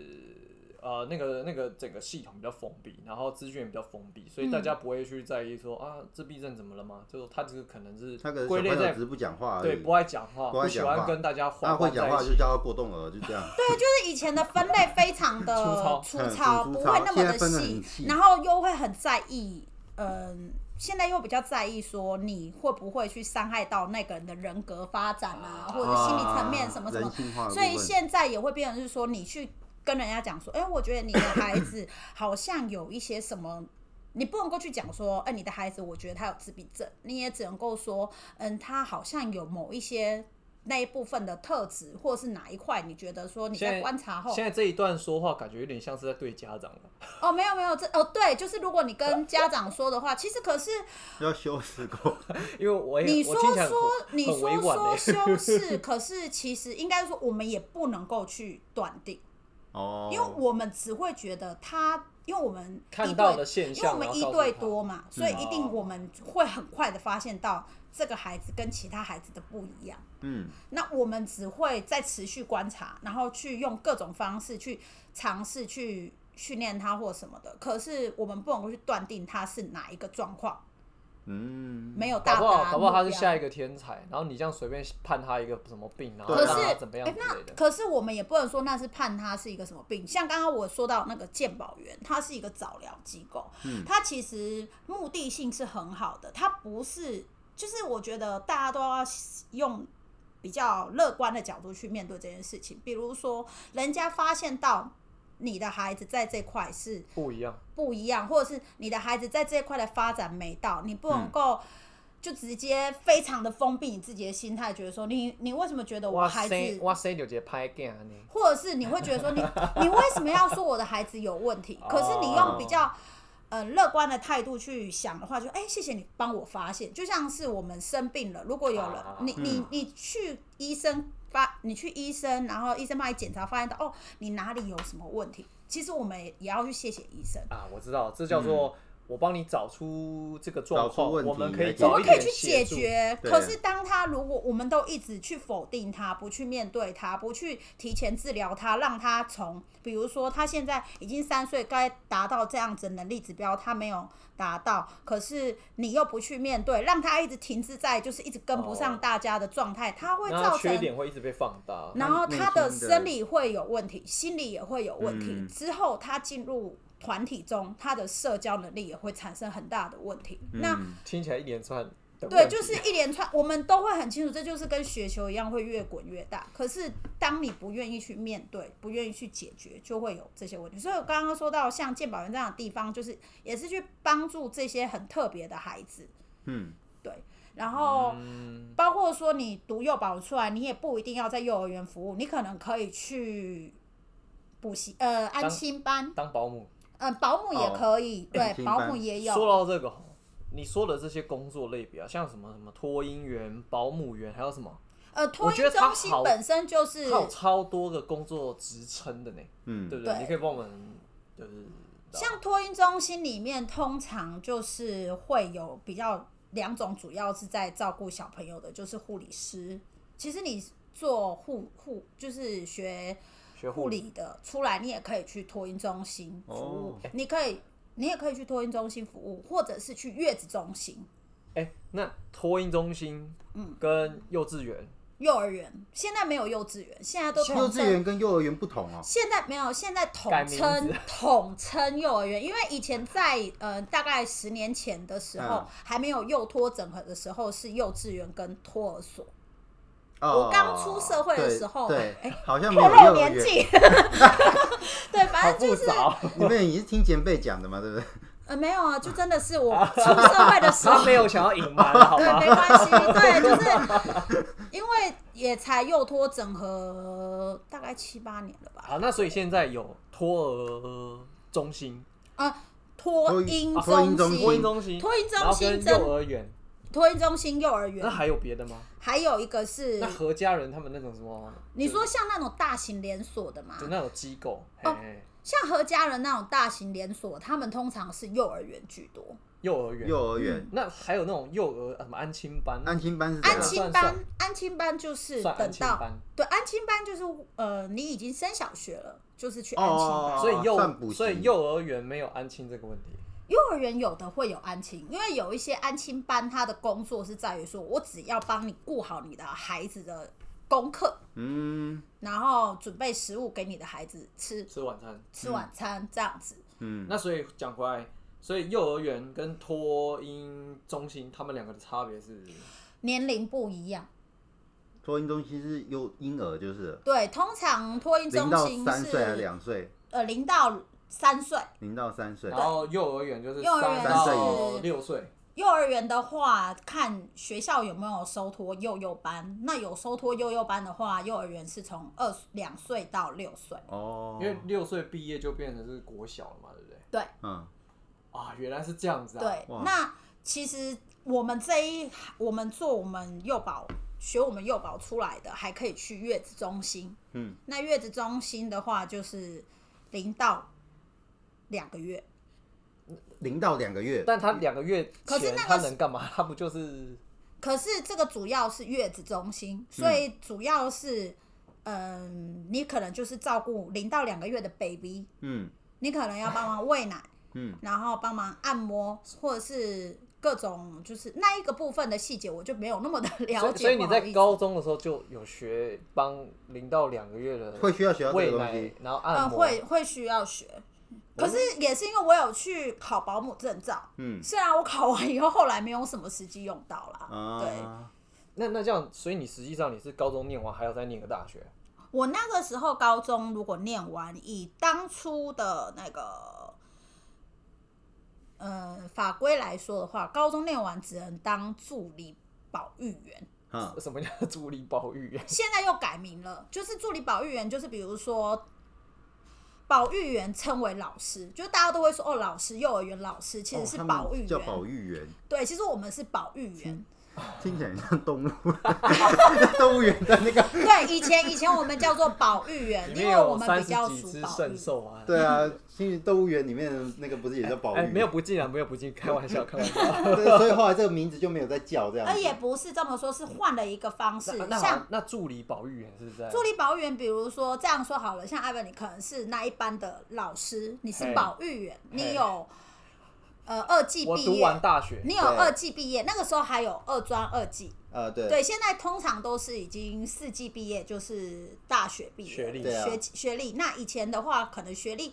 Speaker 2: 是呃那个那个整个系统比较封闭，然后资源比较封闭，所以大家不会去在意说、啊自闭症怎么了吗？就是他这个可能是
Speaker 3: 嗯他可能小
Speaker 2: 归
Speaker 3: 朋
Speaker 2: 类
Speaker 3: 友
Speaker 2: 在
Speaker 3: 只是不讲话而
Speaker 2: 对
Speaker 3: 已
Speaker 2: 不，爱讲话，
Speaker 3: 不爱
Speaker 2: 喜
Speaker 3: 讲
Speaker 2: 欢
Speaker 3: 话
Speaker 2: 跟大家
Speaker 3: 那
Speaker 2: 混
Speaker 3: 会
Speaker 2: 混在
Speaker 3: 讲话
Speaker 2: 一
Speaker 3: 就
Speaker 2: 起。
Speaker 3: 叫他过动儿，就这样。
Speaker 4: 对，就是以前的分类非常
Speaker 2: 粗糙
Speaker 4: 的粗
Speaker 3: 嗯
Speaker 4: 糙，
Speaker 3: 粗
Speaker 4: 不
Speaker 3: 粗
Speaker 4: 会
Speaker 3: 糙
Speaker 4: 那么
Speaker 3: 现在
Speaker 4: 的
Speaker 3: 分得
Speaker 4: 细
Speaker 3: 很细，
Speaker 4: 然后又会很在意，嗯、现在又比较在意说你会不会去伤害到那个人的人格发展啊，或者心理层面什么什么
Speaker 3: 人，性化的部
Speaker 4: 所以
Speaker 3: 分，
Speaker 4: 现在也会变成是说，你去跟人家讲说，哎、我觉得你的孩子 *coughs* 好像有一些什么。你不能够去讲说，哎、你的孩子，我觉得他有自闭症，你也只能够说，嗯，他好像有某一些那一部分的特质，或是哪一块，你觉得说你
Speaker 2: 现在
Speaker 4: 在观察后，
Speaker 2: 现在这一段说话感觉有点像是在对家长了，
Speaker 4: 哦，没有没有，这哦对，就是如果你跟家长说的话，其实可是
Speaker 3: 要羞耻过。
Speaker 2: 因为我也
Speaker 4: 你
Speaker 2: 哎我
Speaker 4: 说
Speaker 2: 听起来很
Speaker 4: 说你
Speaker 2: 很委
Speaker 4: 说
Speaker 2: 婉
Speaker 4: 说
Speaker 2: 欸 *laughs*
Speaker 4: 修饰，可是其实应该说我们也不能够去断定。
Speaker 3: 哦，
Speaker 4: 因为我们只会觉得他，因为我们
Speaker 2: 看
Speaker 4: 一对
Speaker 2: 到的现象
Speaker 4: 因为我们
Speaker 2: 然
Speaker 4: 一
Speaker 2: 后告诉
Speaker 4: 对
Speaker 2: 他
Speaker 4: 多嘛，所以
Speaker 2: 嗯
Speaker 4: 一定我们会很快的发现到这个孩子跟其他孩子的不一样。
Speaker 3: 嗯，
Speaker 4: 那我们只会再持续观察，然后去用各种方式去尝试去训练他或什么的。可是我们不能够去断定他是哪一个状况，
Speaker 3: 嗯，
Speaker 4: 没有啊
Speaker 2: 搞
Speaker 4: 到
Speaker 2: 不好，
Speaker 4: 达
Speaker 2: 搞不好他是下一
Speaker 4: 个。
Speaker 2: 个天才，然后你这样随便判他一个什么病，然后
Speaker 3: 对
Speaker 2: 让
Speaker 3: 啊
Speaker 2: 他怎么样
Speaker 4: 哎
Speaker 2: 之，类
Speaker 4: 那
Speaker 2: 的。
Speaker 4: 可是我们也不能说那是判他是一个什么病，像刚刚我说到那个健保员，他是一个早疗机构，
Speaker 3: 嗯
Speaker 4: 它其实目的性是很好的，它不是，就是我觉得大家都要用比较乐观的角度去面对这件事情。比如说，人家发现到你的孩子在这块是
Speaker 2: 不一样，
Speaker 4: 不一样，或者是你的孩子在这一块的发展没到，你不能
Speaker 2: 嗯
Speaker 4: 够。就直接非常的封闭你自己的心态，觉得说你你为什么觉得我
Speaker 2: 哇
Speaker 4: 孩子
Speaker 2: 塞，哇塞，有节拍啊 g a 呢？
Speaker 4: 或者是你会觉得说你你 *laughs* 为什么要说我的孩子有问
Speaker 2: 哦
Speaker 4: 题？可是你用比较呃乐观的态度去想的话，就哎、谢谢你帮我发现，就像是我们生病了，如果有
Speaker 2: 啊
Speaker 4: 了你你你去医生发你去医生，然后医生帮你检查，发现到哦你哪里有什么问题，其实我们也也要去谢谢医生。
Speaker 2: 啊，我知道，这叫做我帮你找出这个状
Speaker 3: 找出
Speaker 2: 况，
Speaker 3: 问题
Speaker 2: 我们可以
Speaker 3: 来
Speaker 2: 找
Speaker 4: 我
Speaker 2: 一
Speaker 4: 们可以
Speaker 2: 点
Speaker 4: 去
Speaker 2: 协
Speaker 4: 解
Speaker 2: 助。
Speaker 4: 决，
Speaker 3: 对
Speaker 4: 可是当他如果我们都一直去否定他，不去面对他，不去提前治疗他，让他从比如说他现在已经三岁，该达到这样子的能力指标，他没有达到，可是你又不去面对，让他一直停滞在就是一直跟不
Speaker 2: 哦
Speaker 4: 上大家的状态，他会
Speaker 2: 那
Speaker 4: 造
Speaker 2: 缺
Speaker 4: 成
Speaker 2: 点会一直被放大。
Speaker 4: 然后
Speaker 3: 内
Speaker 4: 他
Speaker 3: 心的
Speaker 4: 的生理会有问题，心理也会有问题。
Speaker 3: 嗯
Speaker 4: 之后他进入团体中，他的社交能力也会产生很大的问题。那
Speaker 3: 嗯
Speaker 2: 听起来一连串的
Speaker 4: 对，
Speaker 2: 问题
Speaker 4: 就是一连串，我们都会很清楚，这就是跟雪球一样会越滚越大。可是当你不愿意去面对，不愿意去解决，就会有这些问题。所以我刚刚说到像健保员这样的地方，就是也是去帮助这些很特别的孩子，
Speaker 3: 嗯，
Speaker 4: 对，然后。
Speaker 2: 嗯，
Speaker 4: 包括说你读幼保出来，你也不一定要在幼儿园服务，你可能可以去补习，呃，安心班，
Speaker 2: 当哦保姆。
Speaker 4: 嗯、保姆也可以，
Speaker 3: 安
Speaker 4: 对，
Speaker 3: 心班
Speaker 4: 保姆也
Speaker 2: 说
Speaker 4: 有，
Speaker 2: 到这个吼，你说的这些工作类别啊，像什么什么托婴员、保姆员，还有什么，
Speaker 4: 呃，托
Speaker 2: 我觉得
Speaker 4: 婴
Speaker 2: 它
Speaker 4: 中心
Speaker 2: 好
Speaker 4: 本身就是
Speaker 2: 它有超多个工作职称的呢，
Speaker 3: 嗯
Speaker 2: 对不
Speaker 4: 对
Speaker 2: 你可以帮我们就是
Speaker 4: 像托婴中心里面，通常就是会有比较两种，主要是在照顾小朋友的，就是护理师。其实你做护护就是学
Speaker 2: 学
Speaker 4: 护
Speaker 2: 护理。
Speaker 4: 理的出来，你也可以去托婴中心服务，
Speaker 3: 哦
Speaker 4: 你可以你也可以去托婴中心服务，或者是去月子中心、
Speaker 2: 哎、那托婴中心，
Speaker 4: 嗯
Speaker 2: 跟幼稚园，
Speaker 4: 幼儿园。现在没有幼稚园，现在都
Speaker 3: 幼
Speaker 4: 统
Speaker 3: 稚
Speaker 4: 称。
Speaker 3: 园跟幼儿园不同哦，
Speaker 4: 现在没有，现在统
Speaker 2: 改名
Speaker 4: 称
Speaker 2: 字
Speaker 4: 统称幼儿园，因为以前在呃大概十年前的时候，
Speaker 3: 嗯
Speaker 4: 还没有幼托整合的时候，是幼稚园跟托儿所。
Speaker 3: 哦
Speaker 4: 我刚出社会的时候
Speaker 3: 对，对
Speaker 4: 哎
Speaker 3: 好像没
Speaker 4: 透
Speaker 3: 有
Speaker 4: 露
Speaker 3: 哦幼儿
Speaker 4: 年
Speaker 3: 园。
Speaker 4: 纪， *laughs* 对，反
Speaker 2: 好
Speaker 4: 正
Speaker 2: 复
Speaker 4: 就是
Speaker 2: 杂哦、
Speaker 4: *laughs*
Speaker 3: 你们已经听前辈讲的嘛，对不对？
Speaker 4: 呃没有啊，就真的是我出社会的时
Speaker 3: *laughs*
Speaker 4: 候
Speaker 2: 他没有想要隐
Speaker 4: *laughs*
Speaker 2: 瞒，好
Speaker 4: 对，
Speaker 2: 吗？
Speaker 4: 没关系，对，就是因为也才幼托整合大概七八年了吧，
Speaker 2: *laughs* 好，那所以现在有托儿中心、
Speaker 4: 啊，托婴
Speaker 3: 托婴
Speaker 4: 中
Speaker 3: 中
Speaker 2: 托婴
Speaker 4: 心，
Speaker 2: 哦中心、
Speaker 4: 托婴
Speaker 2: 然
Speaker 4: 中
Speaker 2: 后
Speaker 4: 心
Speaker 2: 跟
Speaker 4: 真
Speaker 2: 幼儿园，
Speaker 4: 托婴中心、幼儿园
Speaker 2: 那，还有别的吗？
Speaker 4: 还有一个是
Speaker 2: 那何家人他们那种什么？
Speaker 4: 你说像那种大型连锁的嘛
Speaker 2: 就，那种机构，嘿
Speaker 4: 哦
Speaker 2: 嘿
Speaker 4: 像何家人那种大型连锁，他们通常是幼儿园居多，
Speaker 2: 幼儿园，
Speaker 3: 幼儿园
Speaker 2: 那还有那种幼儿呃什么安亲班，
Speaker 3: 安亲班是啊怎
Speaker 4: 嗯安
Speaker 3: 样？
Speaker 4: 亲
Speaker 2: 算
Speaker 4: 班，安亲班就是
Speaker 2: 算安
Speaker 4: 等
Speaker 2: 亲
Speaker 4: 到
Speaker 2: 班，
Speaker 4: 对安亲班就是呃，你已经升小学了，就是去安亲班。
Speaker 3: 哦
Speaker 2: 所以
Speaker 3: 算补
Speaker 2: 幼
Speaker 3: 习
Speaker 2: 所以幼儿园没有安亲这个问题。
Speaker 4: 幼儿园有的会有安亲，因为有一些安亲班，他的工作是在于说，我只要帮你顾好你的孩子的功课，
Speaker 3: 嗯
Speaker 4: 然后准备食物给你的孩子吃，
Speaker 2: 吃晚餐。
Speaker 4: 吃晚餐这样子。
Speaker 3: 嗯，
Speaker 2: 那所以讲回来，所以幼儿园跟托婴中心他们两个的差别是，
Speaker 4: 年龄不一样，
Speaker 3: 托婴中心是幼婴儿就是了
Speaker 4: 对，通常托婴
Speaker 3: 零
Speaker 4: 中
Speaker 3: 到
Speaker 4: 心
Speaker 3: 三岁还是
Speaker 4: 是
Speaker 3: 两岁？
Speaker 4: 呃零到三岁，
Speaker 3: 零到三岁
Speaker 2: 然，后幼儿园就是
Speaker 4: 幼儿园
Speaker 2: 三到
Speaker 4: 是
Speaker 2: 六岁，
Speaker 4: 幼儿园的话，看学校有没有收托幼幼班。那有收托幼幼班的话，幼儿园是从二两岁到六岁。
Speaker 3: 哦
Speaker 2: 因，为六岁毕业就变成是国小了嘛，对不对？
Speaker 4: 对
Speaker 3: 嗯，
Speaker 2: 啊，原来是这样子啊。
Speaker 4: 对
Speaker 3: 哇，
Speaker 4: 那其实我们这一我们做我们幼保学我们幼保出来的，还可以去月子中心。
Speaker 3: 嗯，
Speaker 4: 那月子中心的话，就是零到两个月。
Speaker 3: 零到两个月，
Speaker 2: 但他两个月
Speaker 4: 可是
Speaker 2: 前
Speaker 4: 那个
Speaker 2: 他
Speaker 4: 是
Speaker 2: 能干嘛？他不就是
Speaker 4: 可是这个主要是月子中
Speaker 2: 嗯
Speaker 4: 心，所以主要是，嗯，你可能就是照顾零到两个月的 baby，
Speaker 3: 嗯
Speaker 4: 你可能要帮忙喂奶，
Speaker 3: 嗯，
Speaker 4: 然后帮忙按摩，或者是各种就是那一个部分的细节，我就没有那么的了
Speaker 2: 所以
Speaker 4: 解。
Speaker 2: 所以你
Speaker 4: 不好意
Speaker 2: 在
Speaker 4: 思
Speaker 2: 高中的时候就有学帮零到两个月的
Speaker 3: 会需要学到这
Speaker 2: 喂
Speaker 3: 个东西
Speaker 2: 奶，，然后按
Speaker 4: 呃
Speaker 2: 摩。哦
Speaker 4: 会会需要学，可是也是因为我有去考保姆证照，
Speaker 3: 嗯
Speaker 4: 虽然我考完以后后来没有什么实际用到啦。对，
Speaker 3: 啊，
Speaker 2: 那那这样，所以你实际上你是高中念完还要再念个大学，
Speaker 4: 我那个时候高中如果念完，以当初的那个呃法规来说的话，高中念完只能当助理保育员。
Speaker 3: 嗯
Speaker 2: 什么叫 *laughs* 助力保育？
Speaker 4: 现在又改名了，就是助理保育员，就是比如说。保育员称为老师，就大家都会说哦，老师，幼儿园老师其实
Speaker 3: 哦
Speaker 4: 是
Speaker 3: 他们
Speaker 4: 保育员，
Speaker 3: 叫保育员，
Speaker 4: 对，其实我们是保育
Speaker 2: *laughs*
Speaker 4: 员，
Speaker 3: 听起来很像
Speaker 4: *laughs*
Speaker 3: 动物，动物园的那个，
Speaker 4: 对，以前以前我们叫做保育员，
Speaker 2: 里
Speaker 4: 因
Speaker 2: 面
Speaker 4: 为我
Speaker 2: 有
Speaker 4: 们
Speaker 2: 三
Speaker 4: 比
Speaker 2: 十
Speaker 4: 较
Speaker 2: 几
Speaker 4: 属
Speaker 2: 只
Speaker 4: 保育
Speaker 2: 圣。兽啊。
Speaker 3: 对啊，其实动物园里面的那个不是也叫保育
Speaker 2: 哎，
Speaker 3: 员？
Speaker 2: 没有不敬啊，没有不敬，开玩笑，开玩笑。
Speaker 3: 对，所以后来这个名字就没有再叫这样
Speaker 4: 而
Speaker 3: 子。
Speaker 4: 哎也不是这么说， *laughs* 是换了一个方式
Speaker 2: 那，那好
Speaker 4: 像
Speaker 2: 像那助理保育员是在
Speaker 4: 助理保育员，比如说这样说好了，像艾文，你可能是那一班的老师，你是
Speaker 2: 嘿
Speaker 4: 保育员，
Speaker 2: 嘿
Speaker 4: 你有呃二技
Speaker 2: 我
Speaker 4: 毕
Speaker 2: 读完
Speaker 4: 业，
Speaker 2: 大学，
Speaker 4: 你有
Speaker 3: 对
Speaker 4: 二技毕业，那个时候还有二专二技，
Speaker 3: 啊，对，
Speaker 4: 对，现在通常都是已经四季毕业，就是大学毕业
Speaker 2: 学历
Speaker 3: 对啊
Speaker 4: 学学历。那以前的话，可能学历，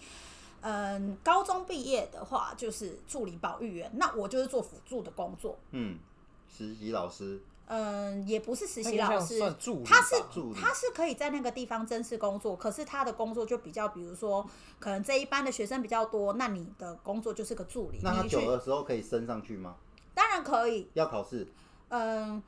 Speaker 4: 嗯，高中毕业的话就是助理保育员，那我就是做辅助的工作，
Speaker 3: 嗯，实习老师，
Speaker 4: 嗯，也不是实
Speaker 2: 那
Speaker 4: 习
Speaker 2: 应该
Speaker 4: 老
Speaker 2: 算
Speaker 4: 师，
Speaker 2: 算助理吧，
Speaker 4: 他是
Speaker 3: 助理
Speaker 4: 他是可以在那个地方正式工作，可是他的工作就比较，比如说，可能这一班的学生比较多，那你的工作就是个助理，
Speaker 3: 那他
Speaker 4: 你去
Speaker 3: 久的时候可以升上去吗？
Speaker 4: 当然可以，
Speaker 3: 要考试，
Speaker 4: 嗯，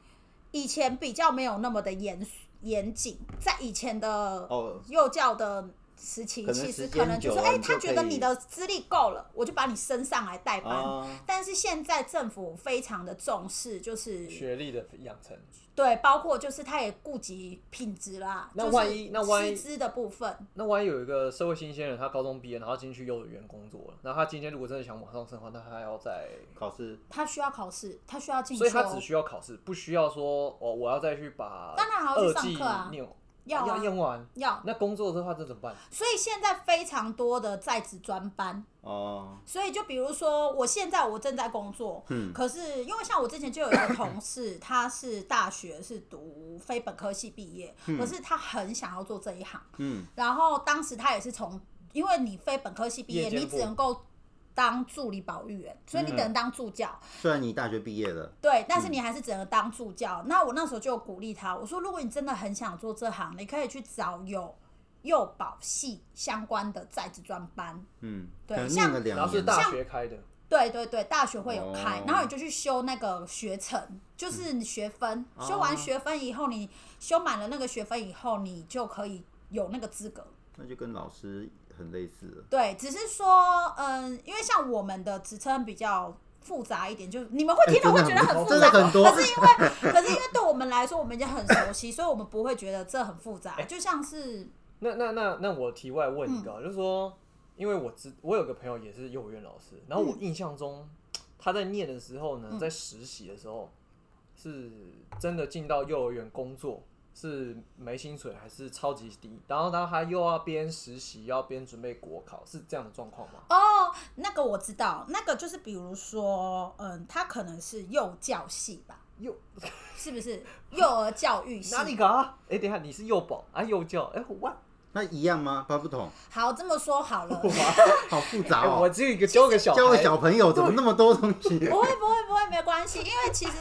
Speaker 4: 以前比较没有那么的严肃严谨，在以前的
Speaker 3: 哦
Speaker 4: 幼教的时期，
Speaker 3: 可能
Speaker 4: 其实
Speaker 3: 时
Speaker 4: 可
Speaker 3: 间
Speaker 4: 能就
Speaker 3: 久
Speaker 4: 是
Speaker 3: 了
Speaker 4: 哎、
Speaker 3: 你
Speaker 4: 他
Speaker 3: 就
Speaker 4: 觉
Speaker 3: 可
Speaker 4: 得
Speaker 3: 以
Speaker 4: 你的资历够了，我就把你升上来代班。
Speaker 3: 啊
Speaker 4: 但是现在政府非常的重视，就是
Speaker 2: 学历的养成。
Speaker 4: 对，包括就是他也顾及品质啦，
Speaker 2: 那
Speaker 4: 就是
Speaker 2: 万一那万一
Speaker 4: 师资的部分，
Speaker 2: 那万一有一个社会新鲜人，他高中毕业，然后进去幼儿园工作了，那他今天如果真的想往上升的话，那他还要再，
Speaker 3: 考试，
Speaker 4: 他需要考试，他需要进修
Speaker 2: 所以，他只需要考试，不需要说哦，我要再去把
Speaker 4: 当然还要
Speaker 2: 二
Speaker 4: 去上
Speaker 2: 技
Speaker 4: 课啊
Speaker 2: 念，
Speaker 4: 要啊
Speaker 2: 要念完。
Speaker 4: 要。
Speaker 2: 那工作的话，这怎么办？
Speaker 4: 所以现在非常多的在职专班，
Speaker 3: 哦，
Speaker 4: 所以就比如说，我现在我正在工作，
Speaker 3: 嗯
Speaker 4: 可是因为像我之前就有一个同事， *coughs* 他是大学是读非本科系毕业，
Speaker 2: 嗯
Speaker 4: 可是他很想要做这一行，
Speaker 3: 嗯，
Speaker 4: 然后当时他也是从，因为你非本科系毕业，
Speaker 2: 夜间
Speaker 4: 你
Speaker 2: 部
Speaker 4: 只能够当助理保育员，所以你只能当助教，
Speaker 3: 虽然你大学毕业了，
Speaker 4: 对，但是你还是只能当助教。那我那时候就鼓励他，我说如果你真的很想做这行，你可以去找有幼保系相关的在职专班。
Speaker 3: 嗯，可
Speaker 4: 对
Speaker 3: 能念了
Speaker 4: 像
Speaker 2: 然
Speaker 3: 两
Speaker 2: 后是
Speaker 3: 年，
Speaker 2: 大学开的，
Speaker 4: 对对对，大学会有开，
Speaker 3: 哦
Speaker 4: 然后你就去修那个学程，就是你学分。修完学分以后，你修满了那个学分以后，你就可以有那个资格。
Speaker 3: 那就跟老师很类似了，
Speaker 4: 对，只是说，嗯，因为像我们的职称比较复杂一点，就你们会听了会觉得很
Speaker 3: 哎
Speaker 4: 复
Speaker 3: 真
Speaker 4: 杂，
Speaker 3: 的很多
Speaker 4: 可，是因为， *laughs* 可是因为对我们来说，我们已经很熟悉，所以我们不会觉得这很复
Speaker 2: 哎
Speaker 4: 杂，就像是
Speaker 2: 那那那那我题外问一个啊，就是说，因为我知我有个朋友也是幼儿园老师，然后我印象中、他在念的时候呢，在实习的时候、是真的进到幼儿园工作，是没薪水还是超级低，然后他还又要边实习要边准备国考，是这样的状况吗？
Speaker 4: 哦，那个我知道，那个就是比如说，嗯，他可能是幼教系吧，
Speaker 2: 幼
Speaker 4: 是不是幼儿教育系
Speaker 2: 哪？里搞啊？哎、等一下你是幼保啊，幼教？哎、我
Speaker 3: 那一样吗？它不同，
Speaker 4: 好，这么说好了，
Speaker 3: 好复杂
Speaker 2: 哎 *laughs* 我
Speaker 3: 哦。
Speaker 2: 只有一个教个小孩，
Speaker 3: 教个小朋友怎么那么多东西？
Speaker 4: 不会不会不会，没关系，因为其实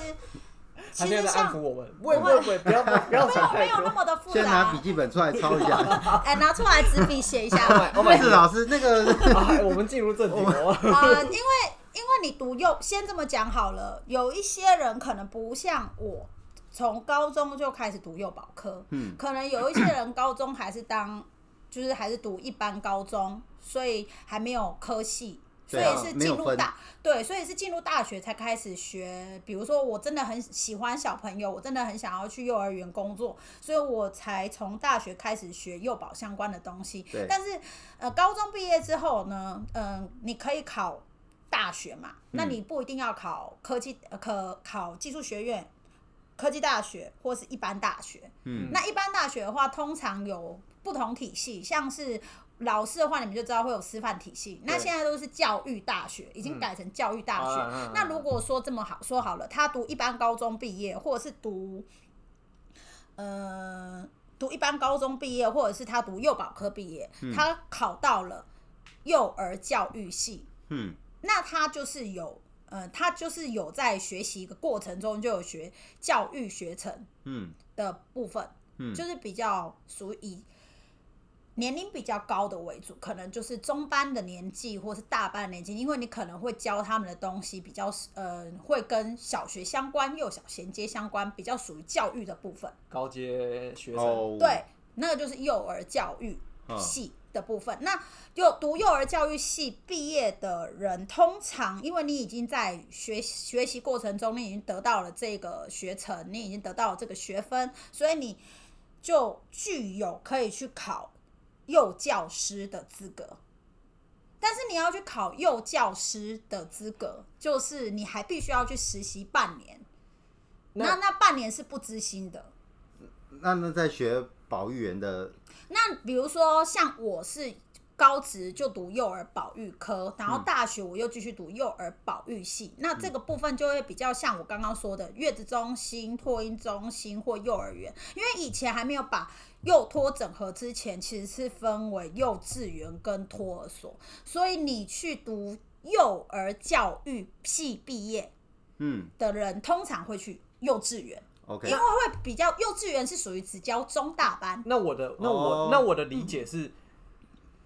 Speaker 2: 他
Speaker 4: 其
Speaker 2: 现在
Speaker 4: 实
Speaker 2: 在安
Speaker 4: 像
Speaker 2: 抚我们，喂喂喂，不要不要想
Speaker 4: 没
Speaker 2: 太
Speaker 4: 有
Speaker 2: 多。
Speaker 4: 那么的复
Speaker 3: 先拿笔
Speaker 4: 杂，
Speaker 3: 记本出来抄一
Speaker 4: *laughs*
Speaker 3: 下。
Speaker 4: 哎，拿出来纸笔写一下
Speaker 2: Oh。my- oh
Speaker 3: 妹
Speaker 2: my
Speaker 3: 子老师，那
Speaker 4: *laughs*
Speaker 3: 个
Speaker 2: 啊，我们进入正题哦了。
Speaker 4: 呃，因为因为你读幼，先这么讲好了，有一些人可能不像我，从高中就开始读幼保科，
Speaker 3: 嗯
Speaker 4: 可能有一些人高中还是当， *coughs* 就是还是读一般高中，所以还没有科系。所
Speaker 3: 对
Speaker 4: 以
Speaker 3: 啊
Speaker 4: 是
Speaker 3: 没
Speaker 4: 进
Speaker 3: 有
Speaker 4: 入
Speaker 3: 分
Speaker 4: 大对，所以是进入大学才开始学。比如说，我真的很喜欢小朋友，我真的很想要去幼儿园工作，所以我才从大学开始学幼保相关的东西。
Speaker 3: 对
Speaker 4: 但是呃，高中毕业之后呢，嗯、你可以考大学嘛，那
Speaker 3: 嗯
Speaker 4: 你不一定要考科技，呃、可考技术学院、科技大学或是一般大学。
Speaker 3: 嗯，
Speaker 4: 那一般大学的话，通常有不同体系，像是。老师的话，你们就知道会有师范体系。那
Speaker 2: 对
Speaker 4: 现在都是教育大学，已
Speaker 2: 嗯
Speaker 4: 经改成教育大学。
Speaker 2: 啊啊啊
Speaker 4: 那如果说这么好说好了，他读一般高中毕业，或者是读呃，读一般高中毕业，或者是他读幼保科毕业，
Speaker 2: 嗯
Speaker 4: 他考到了幼儿教育系，
Speaker 3: 嗯，
Speaker 4: 那他就是有，呃，他就是有在学习一个过程中就有学教育学程
Speaker 3: 嗯，
Speaker 4: 的部分，
Speaker 3: 嗯
Speaker 4: 就是比较属于以年龄比较高的为主，可能就是中班的年纪或是大班的年纪，因为你可能会教他们的东西比较是，呃，会跟小学相关、幼小衔接相关，比较属于教育的部分。
Speaker 2: 高阶学生，
Speaker 3: 哦，
Speaker 4: 对，那个就是幼儿教育
Speaker 3: 嗯
Speaker 4: 系的部分。那幼读幼儿教育系毕业的人，通常因为你已经在学学习过程中，你已经得到了这个学程，你已经得到了这个学分，所以你就具有可以去考幼教师的资格。但是你要去考幼教师的资格，就是你还必须要去实习半年，
Speaker 2: 那
Speaker 4: 那那半年是不知薪的。
Speaker 3: 那那在学保育员的，
Speaker 4: 那比如说，像我是高职就读幼儿保育科，然后大学我又继续读幼儿保育系，那这个部分就会比较像我刚刚说的月子中心、托婴中心或幼儿园，因为以前还没有把幼托整合之前，其实是分为幼稚园跟托儿所，所以你去读幼儿教育系毕业
Speaker 3: 嗯
Speaker 4: 的人，通常会去幼稚园，因
Speaker 3: ，OK，
Speaker 4: 为会比较幼稚园是属于只教中大班。
Speaker 2: 那我的那我、
Speaker 3: 哦嗯
Speaker 2: 那我的理解是，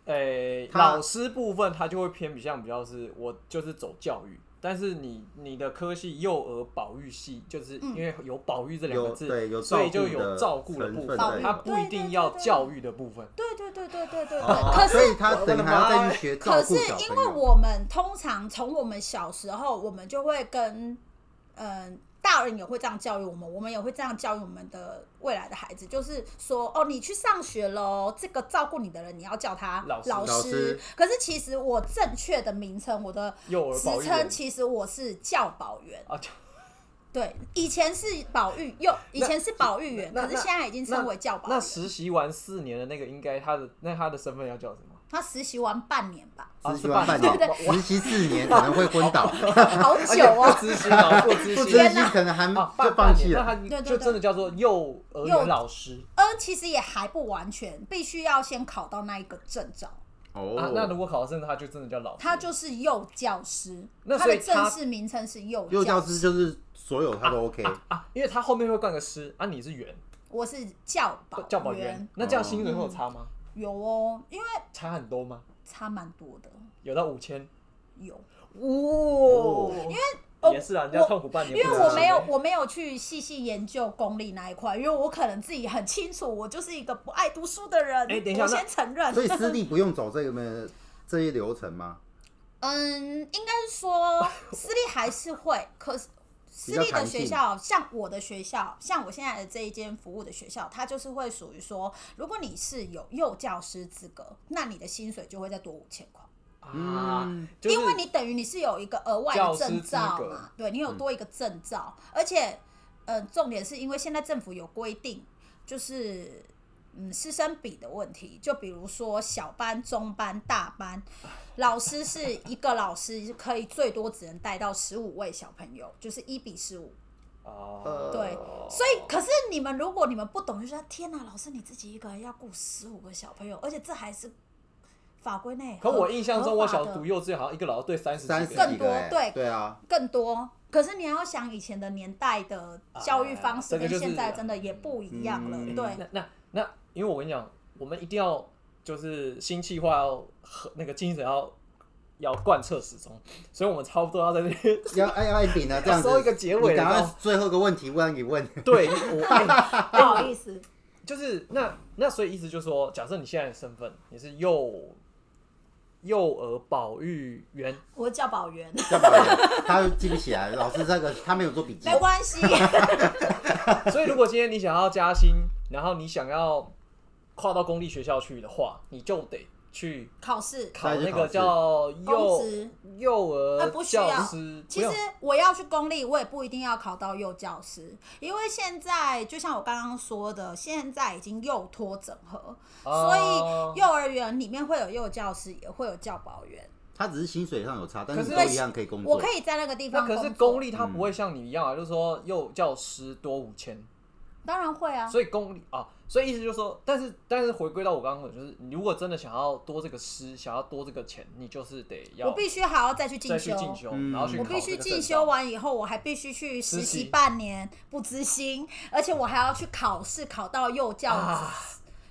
Speaker 2: 诶、
Speaker 3: 他
Speaker 2: 老师部分他就会偏比向比较是我就是走教育，但是你你的科系幼儿保育系，就是
Speaker 4: 嗯
Speaker 2: 因为有保育这两个
Speaker 3: 有
Speaker 2: 字，
Speaker 3: 对有
Speaker 2: 所以
Speaker 3: 照顾
Speaker 2: 就
Speaker 3: 的
Speaker 2: 有照顾的部
Speaker 3: 成分
Speaker 2: 分，
Speaker 4: 对
Speaker 2: 它不一定要教育的部分。
Speaker 4: 对对对对对对对。
Speaker 3: 哦
Speaker 4: 可
Speaker 3: 所
Speaker 4: 是
Speaker 3: 以他等于还要再去学照
Speaker 4: 可是
Speaker 3: 顾小
Speaker 4: 因
Speaker 3: 朋
Speaker 4: 为
Speaker 3: 友。
Speaker 4: 我们通常从我们小时候，我们就会跟嗯、大人也会这样教育我们，我们也会这样教育我们的未来的孩子，就是说哦，你去上学喽，这个照顾你的人你要叫他
Speaker 2: 老师
Speaker 3: 老师
Speaker 4: 可是其实我正确的名称，我的
Speaker 2: 幼儿保
Speaker 4: 职
Speaker 2: 育
Speaker 4: 称
Speaker 2: 员
Speaker 4: 其实我是教保员。
Speaker 2: 啊，就
Speaker 4: 对，以前是保育幼，以前是保育员，
Speaker 2: 那
Speaker 4: 可是现在已经称为教保
Speaker 2: 那
Speaker 4: 员。
Speaker 2: 实习完四年的那个应该他的那他的身份要叫什么？
Speaker 4: *laughs* 他实习完半年吧，
Speaker 2: 啊
Speaker 3: 实习完半
Speaker 2: 是吧
Speaker 3: 年，
Speaker 2: 我
Speaker 3: 实习四年可能会昏倒，
Speaker 4: *laughs* 好
Speaker 2: *laughs*
Speaker 4: 久哦
Speaker 2: 不。知心啊，不知
Speaker 3: 不
Speaker 2: 心，
Speaker 3: 知
Speaker 4: 天
Speaker 3: 心
Speaker 4: 哪
Speaker 3: 可能还
Speaker 2: 啊，
Speaker 3: 就
Speaker 2: 半
Speaker 3: 放
Speaker 2: 半
Speaker 3: 弃
Speaker 2: 年，那
Speaker 3: 了。
Speaker 2: 他
Speaker 4: 对对
Speaker 2: 就真的叫做幼儿园老师
Speaker 4: 呃，其实也还不完全，必须要先考到那一个证照，
Speaker 2: 啊。那如
Speaker 3: 哦，
Speaker 2: 果考上，他就真的叫老师。
Speaker 4: 他就是幼教师，
Speaker 2: 那
Speaker 4: 他
Speaker 2: 所
Speaker 4: 的
Speaker 2: 以
Speaker 4: 正
Speaker 2: 他
Speaker 4: 式名称是幼
Speaker 3: 幼教
Speaker 4: 师，
Speaker 3: 师就是所有他都 OK，
Speaker 2: 啊啊，因为他后面会冠个师啊，你是员
Speaker 4: 我是教保
Speaker 2: 教保员
Speaker 4: 员，，
Speaker 2: 那这样薪水会有差吗？
Speaker 4: 有哦，因为
Speaker 2: 差很多吗？
Speaker 4: 差蛮多的，
Speaker 2: 有到五千？
Speaker 4: 有，
Speaker 2: 哦哇，因
Speaker 4: 哦
Speaker 2: 为也是啊，人家痛苦半
Speaker 4: 因
Speaker 2: 年，
Speaker 4: 为
Speaker 2: 不知道
Speaker 4: 我没有我没有去细细研究公立那一块，因为我可能自己很清楚，我就是一个不爱读书的人，
Speaker 2: 哎等一下
Speaker 4: 我 *laughs*
Speaker 2: 那
Speaker 4: 先承认，
Speaker 3: 所以私立不用走这个这一流程吗？
Speaker 4: 嗯，应该
Speaker 3: *laughs*
Speaker 4: 是说私立还是会，可是私立的学
Speaker 3: 比较
Speaker 4: 校，像我的学校，像我现在的这一间服务的学校，它就是会属于说，如果你是有幼教师资格，那你的薪水就会再多五千块，
Speaker 2: 啊，就是
Speaker 4: 因为你等于你是有一个额外
Speaker 2: 教
Speaker 4: 的
Speaker 2: 师
Speaker 4: 证
Speaker 2: 资
Speaker 4: 照
Speaker 2: 格嗯
Speaker 4: 嘛，对你有多一个证照，而且，呃，重点是因为现在政府有规定，就是。嗯，师生比的问题，就比如说小班、中班、大班，老师是一个老师可以最多只能带到十五位小朋友，就是一比十五。
Speaker 2: 哦，
Speaker 4: 对所以，可是你们如果你们不懂，就说天哪，老师你自己一个人要顾十五个小朋友，而且这还是法规内。
Speaker 2: 可我
Speaker 4: 合
Speaker 2: 印象中，我小
Speaker 4: 合法的
Speaker 2: 读幼稚园好像一个老师对三十
Speaker 3: 三十
Speaker 4: 更
Speaker 3: 几
Speaker 4: 多
Speaker 3: 个欸
Speaker 4: 对
Speaker 3: 对啊，
Speaker 4: 更多。可是你要想以前的年代的教育方式
Speaker 2: 啊这个
Speaker 4: 跟
Speaker 2: 就是
Speaker 4: 现在真的也不一样了，
Speaker 3: 嗯
Speaker 4: 对。
Speaker 2: 那那那，因为我跟你讲，我们一定要就是新计划要和那个精神要要贯彻始终，所以我们差不多要在这边
Speaker 3: 要要要一顶啊，这样子。
Speaker 2: 收一个结尾哦
Speaker 3: 你赶
Speaker 2: 然
Speaker 3: 快
Speaker 2: 后
Speaker 3: 最后一个问题问一问。
Speaker 2: 对我、哎
Speaker 4: 不好意思，
Speaker 2: 就是那那所以意思就是说，假设你现在的身份你是幼幼儿保育员，
Speaker 4: 我叫保
Speaker 2: *laughs*
Speaker 4: 员，
Speaker 3: 要不然他记不起来，老师这个他没有做笔记
Speaker 4: 没。
Speaker 2: *laughs*
Speaker 4: 关系。
Speaker 2: 所以如果今天你想要加薪，然后你想要跨到公立学校去的话，你就得去
Speaker 4: 考试，
Speaker 2: 考
Speaker 3: 那
Speaker 2: 那
Speaker 3: 就考
Speaker 2: 个
Speaker 3: 试
Speaker 2: 叫
Speaker 4: 公
Speaker 2: 幼
Speaker 4: 职。
Speaker 2: 幼
Speaker 4: 呃
Speaker 2: 儿
Speaker 4: 不需要
Speaker 2: 教师，
Speaker 4: 其实我要去公立，我也不一定要考到幼教师，因为现在就像我刚刚说的，现在已经幼托整合，
Speaker 2: 哦
Speaker 4: 所
Speaker 2: 啊
Speaker 4: 以幼儿园里面会有幼教师，也会有教保员。
Speaker 3: 他只是薪水上有差，但
Speaker 2: 可
Speaker 3: 是
Speaker 2: 是
Speaker 3: 都一样可以工
Speaker 4: 我
Speaker 3: 作
Speaker 4: 可。以在那个地
Speaker 2: 嗯那
Speaker 4: 方工
Speaker 2: 可
Speaker 4: 作，
Speaker 2: 是公立
Speaker 3: 嗯
Speaker 2: 它不会像你一样啊，就是说幼教师多五千，
Speaker 4: 当然会啊，
Speaker 2: 所以公立啊，所以意思就是说，但是但是回归到我刚刚讲，就是你如果真的想要多这个师，想要多这个钱，你就是得要
Speaker 4: 我必须还要再去
Speaker 2: 再
Speaker 4: 进
Speaker 2: 去
Speaker 4: 修。
Speaker 2: 进修，
Speaker 3: 嗯
Speaker 2: 然后去
Speaker 4: 我
Speaker 2: 考
Speaker 4: 必
Speaker 2: 这
Speaker 4: 须
Speaker 2: 个
Speaker 4: 进
Speaker 2: 证
Speaker 4: 修
Speaker 2: 照。
Speaker 4: 完以后，我还必须去实
Speaker 2: 实
Speaker 4: 习
Speaker 2: 习
Speaker 4: 半年，不知薪，而且我还要去考试，考到幼教。
Speaker 2: 啊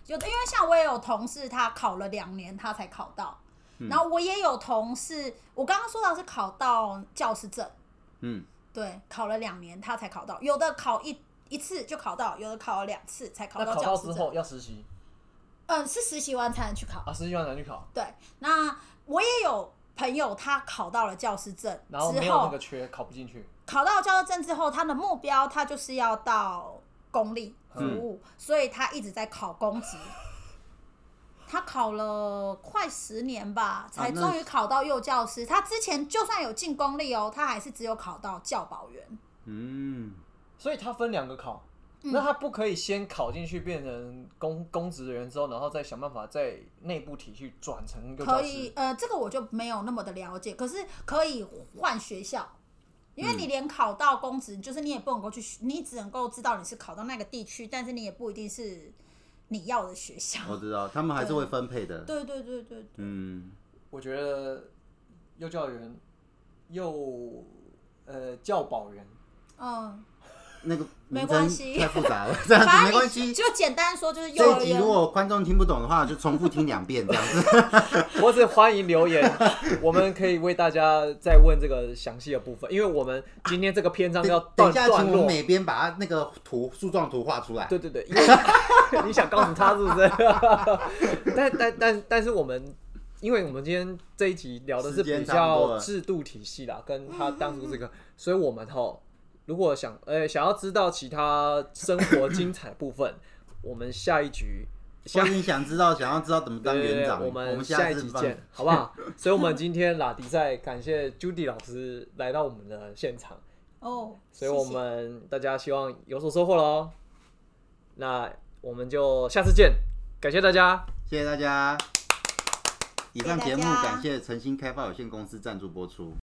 Speaker 4: 有的，因为像我也有同事，他考了两年，他才考到。
Speaker 2: 嗯
Speaker 4: 然后我也有同事，我刚刚说到是考到教师证，
Speaker 3: 嗯，
Speaker 4: 对，考了两年他才考到，有的考一一次就考到，有的考了两次才考
Speaker 2: 那考
Speaker 4: 教
Speaker 2: 到
Speaker 4: 师
Speaker 2: 之
Speaker 4: 证。
Speaker 2: 后要实习
Speaker 4: 嗯，是实习完才能去考。
Speaker 2: 啊，实习完才去考，
Speaker 4: 对，那我也有朋友，他考到了教师证之
Speaker 2: 然后没有那个缺，考不进去。
Speaker 4: 考到教师证之后，他的目标他就是要到公立服务，
Speaker 2: 嗯
Speaker 4: 所以他一直在考公职。他考了快十年吧，才
Speaker 2: 啊
Speaker 3: 那
Speaker 4: 终于考到幼教师。他之前就算有进公立哦，他还是只有考到教保员。
Speaker 3: 嗯，
Speaker 2: 所以他分两个考，
Speaker 4: 嗯
Speaker 2: 那他不可以先考进去变成公公职人之后，然后再想办法在内部体系转成一个
Speaker 4: 可
Speaker 2: 教
Speaker 4: 以
Speaker 2: 师，
Speaker 4: 呃，这个我就没有那么的了解，可是可以换学校，因
Speaker 2: 嗯
Speaker 4: 为你连考到公职，就是你也不能够去学，你只能够知道你是考到那个地区，但是你也不一定是你要的学校。 *laughs*
Speaker 3: 我知道，他们还是会分配的。
Speaker 4: 对对对对对，
Speaker 3: 嗯，
Speaker 2: 我觉得幼教员、幼呃教保员，
Speaker 4: 嗯，
Speaker 3: 那个
Speaker 4: 没
Speaker 3: 名
Speaker 4: 关
Speaker 3: 称
Speaker 4: 系
Speaker 3: 太复杂了，这 *laughs* 样子
Speaker 4: *laughs* 反
Speaker 3: 没
Speaker 4: 正
Speaker 3: 关
Speaker 4: 你
Speaker 3: 系。
Speaker 4: 就简单说就是幼
Speaker 3: 这
Speaker 4: 儿
Speaker 3: 一集
Speaker 4: 园
Speaker 3: 如。果观众听不懂的话，就重复听两遍这样子。
Speaker 2: *laughs* 我只欢迎
Speaker 3: *laughs*
Speaker 2: 留言，我们可以为大家再问这个详细的部分，因为我们今天这个篇章要
Speaker 3: 等
Speaker 2: 段
Speaker 3: 一下，
Speaker 2: 段
Speaker 3: 请我们
Speaker 2: 落。
Speaker 3: 每边把它那个图树状图画出来。
Speaker 2: 对对对，因为 *laughs* 你想告诉他是不是？ *laughs* 但但但但是我们，因为我们今天这一集聊的是
Speaker 3: 时间
Speaker 2: 比
Speaker 3: 差不多
Speaker 2: 较
Speaker 3: 了
Speaker 2: 制度体系啦，跟他当初这个，所以我们吼，如果想呃、想要知道其他生活精彩部分，我们下一局
Speaker 3: 所以你想知道，想要知道怎么当园长，
Speaker 2: 对对对
Speaker 3: 我
Speaker 2: 我们
Speaker 3: 下
Speaker 2: 一
Speaker 3: 次
Speaker 2: 集
Speaker 3: 放 *laughs*
Speaker 2: 见，好不好？所以，我们今天拉迪赛感谢 Judy 老师来到我们的现场，
Speaker 4: 哦，
Speaker 2: 所以我
Speaker 4: 谢谢
Speaker 2: 们大家希望有所收获喽。那我们就下次见，感谢大家，
Speaker 3: 谢谢大家。以上节目
Speaker 4: 谢谢大家
Speaker 3: 感谢诚心开发有限公司赞助播出。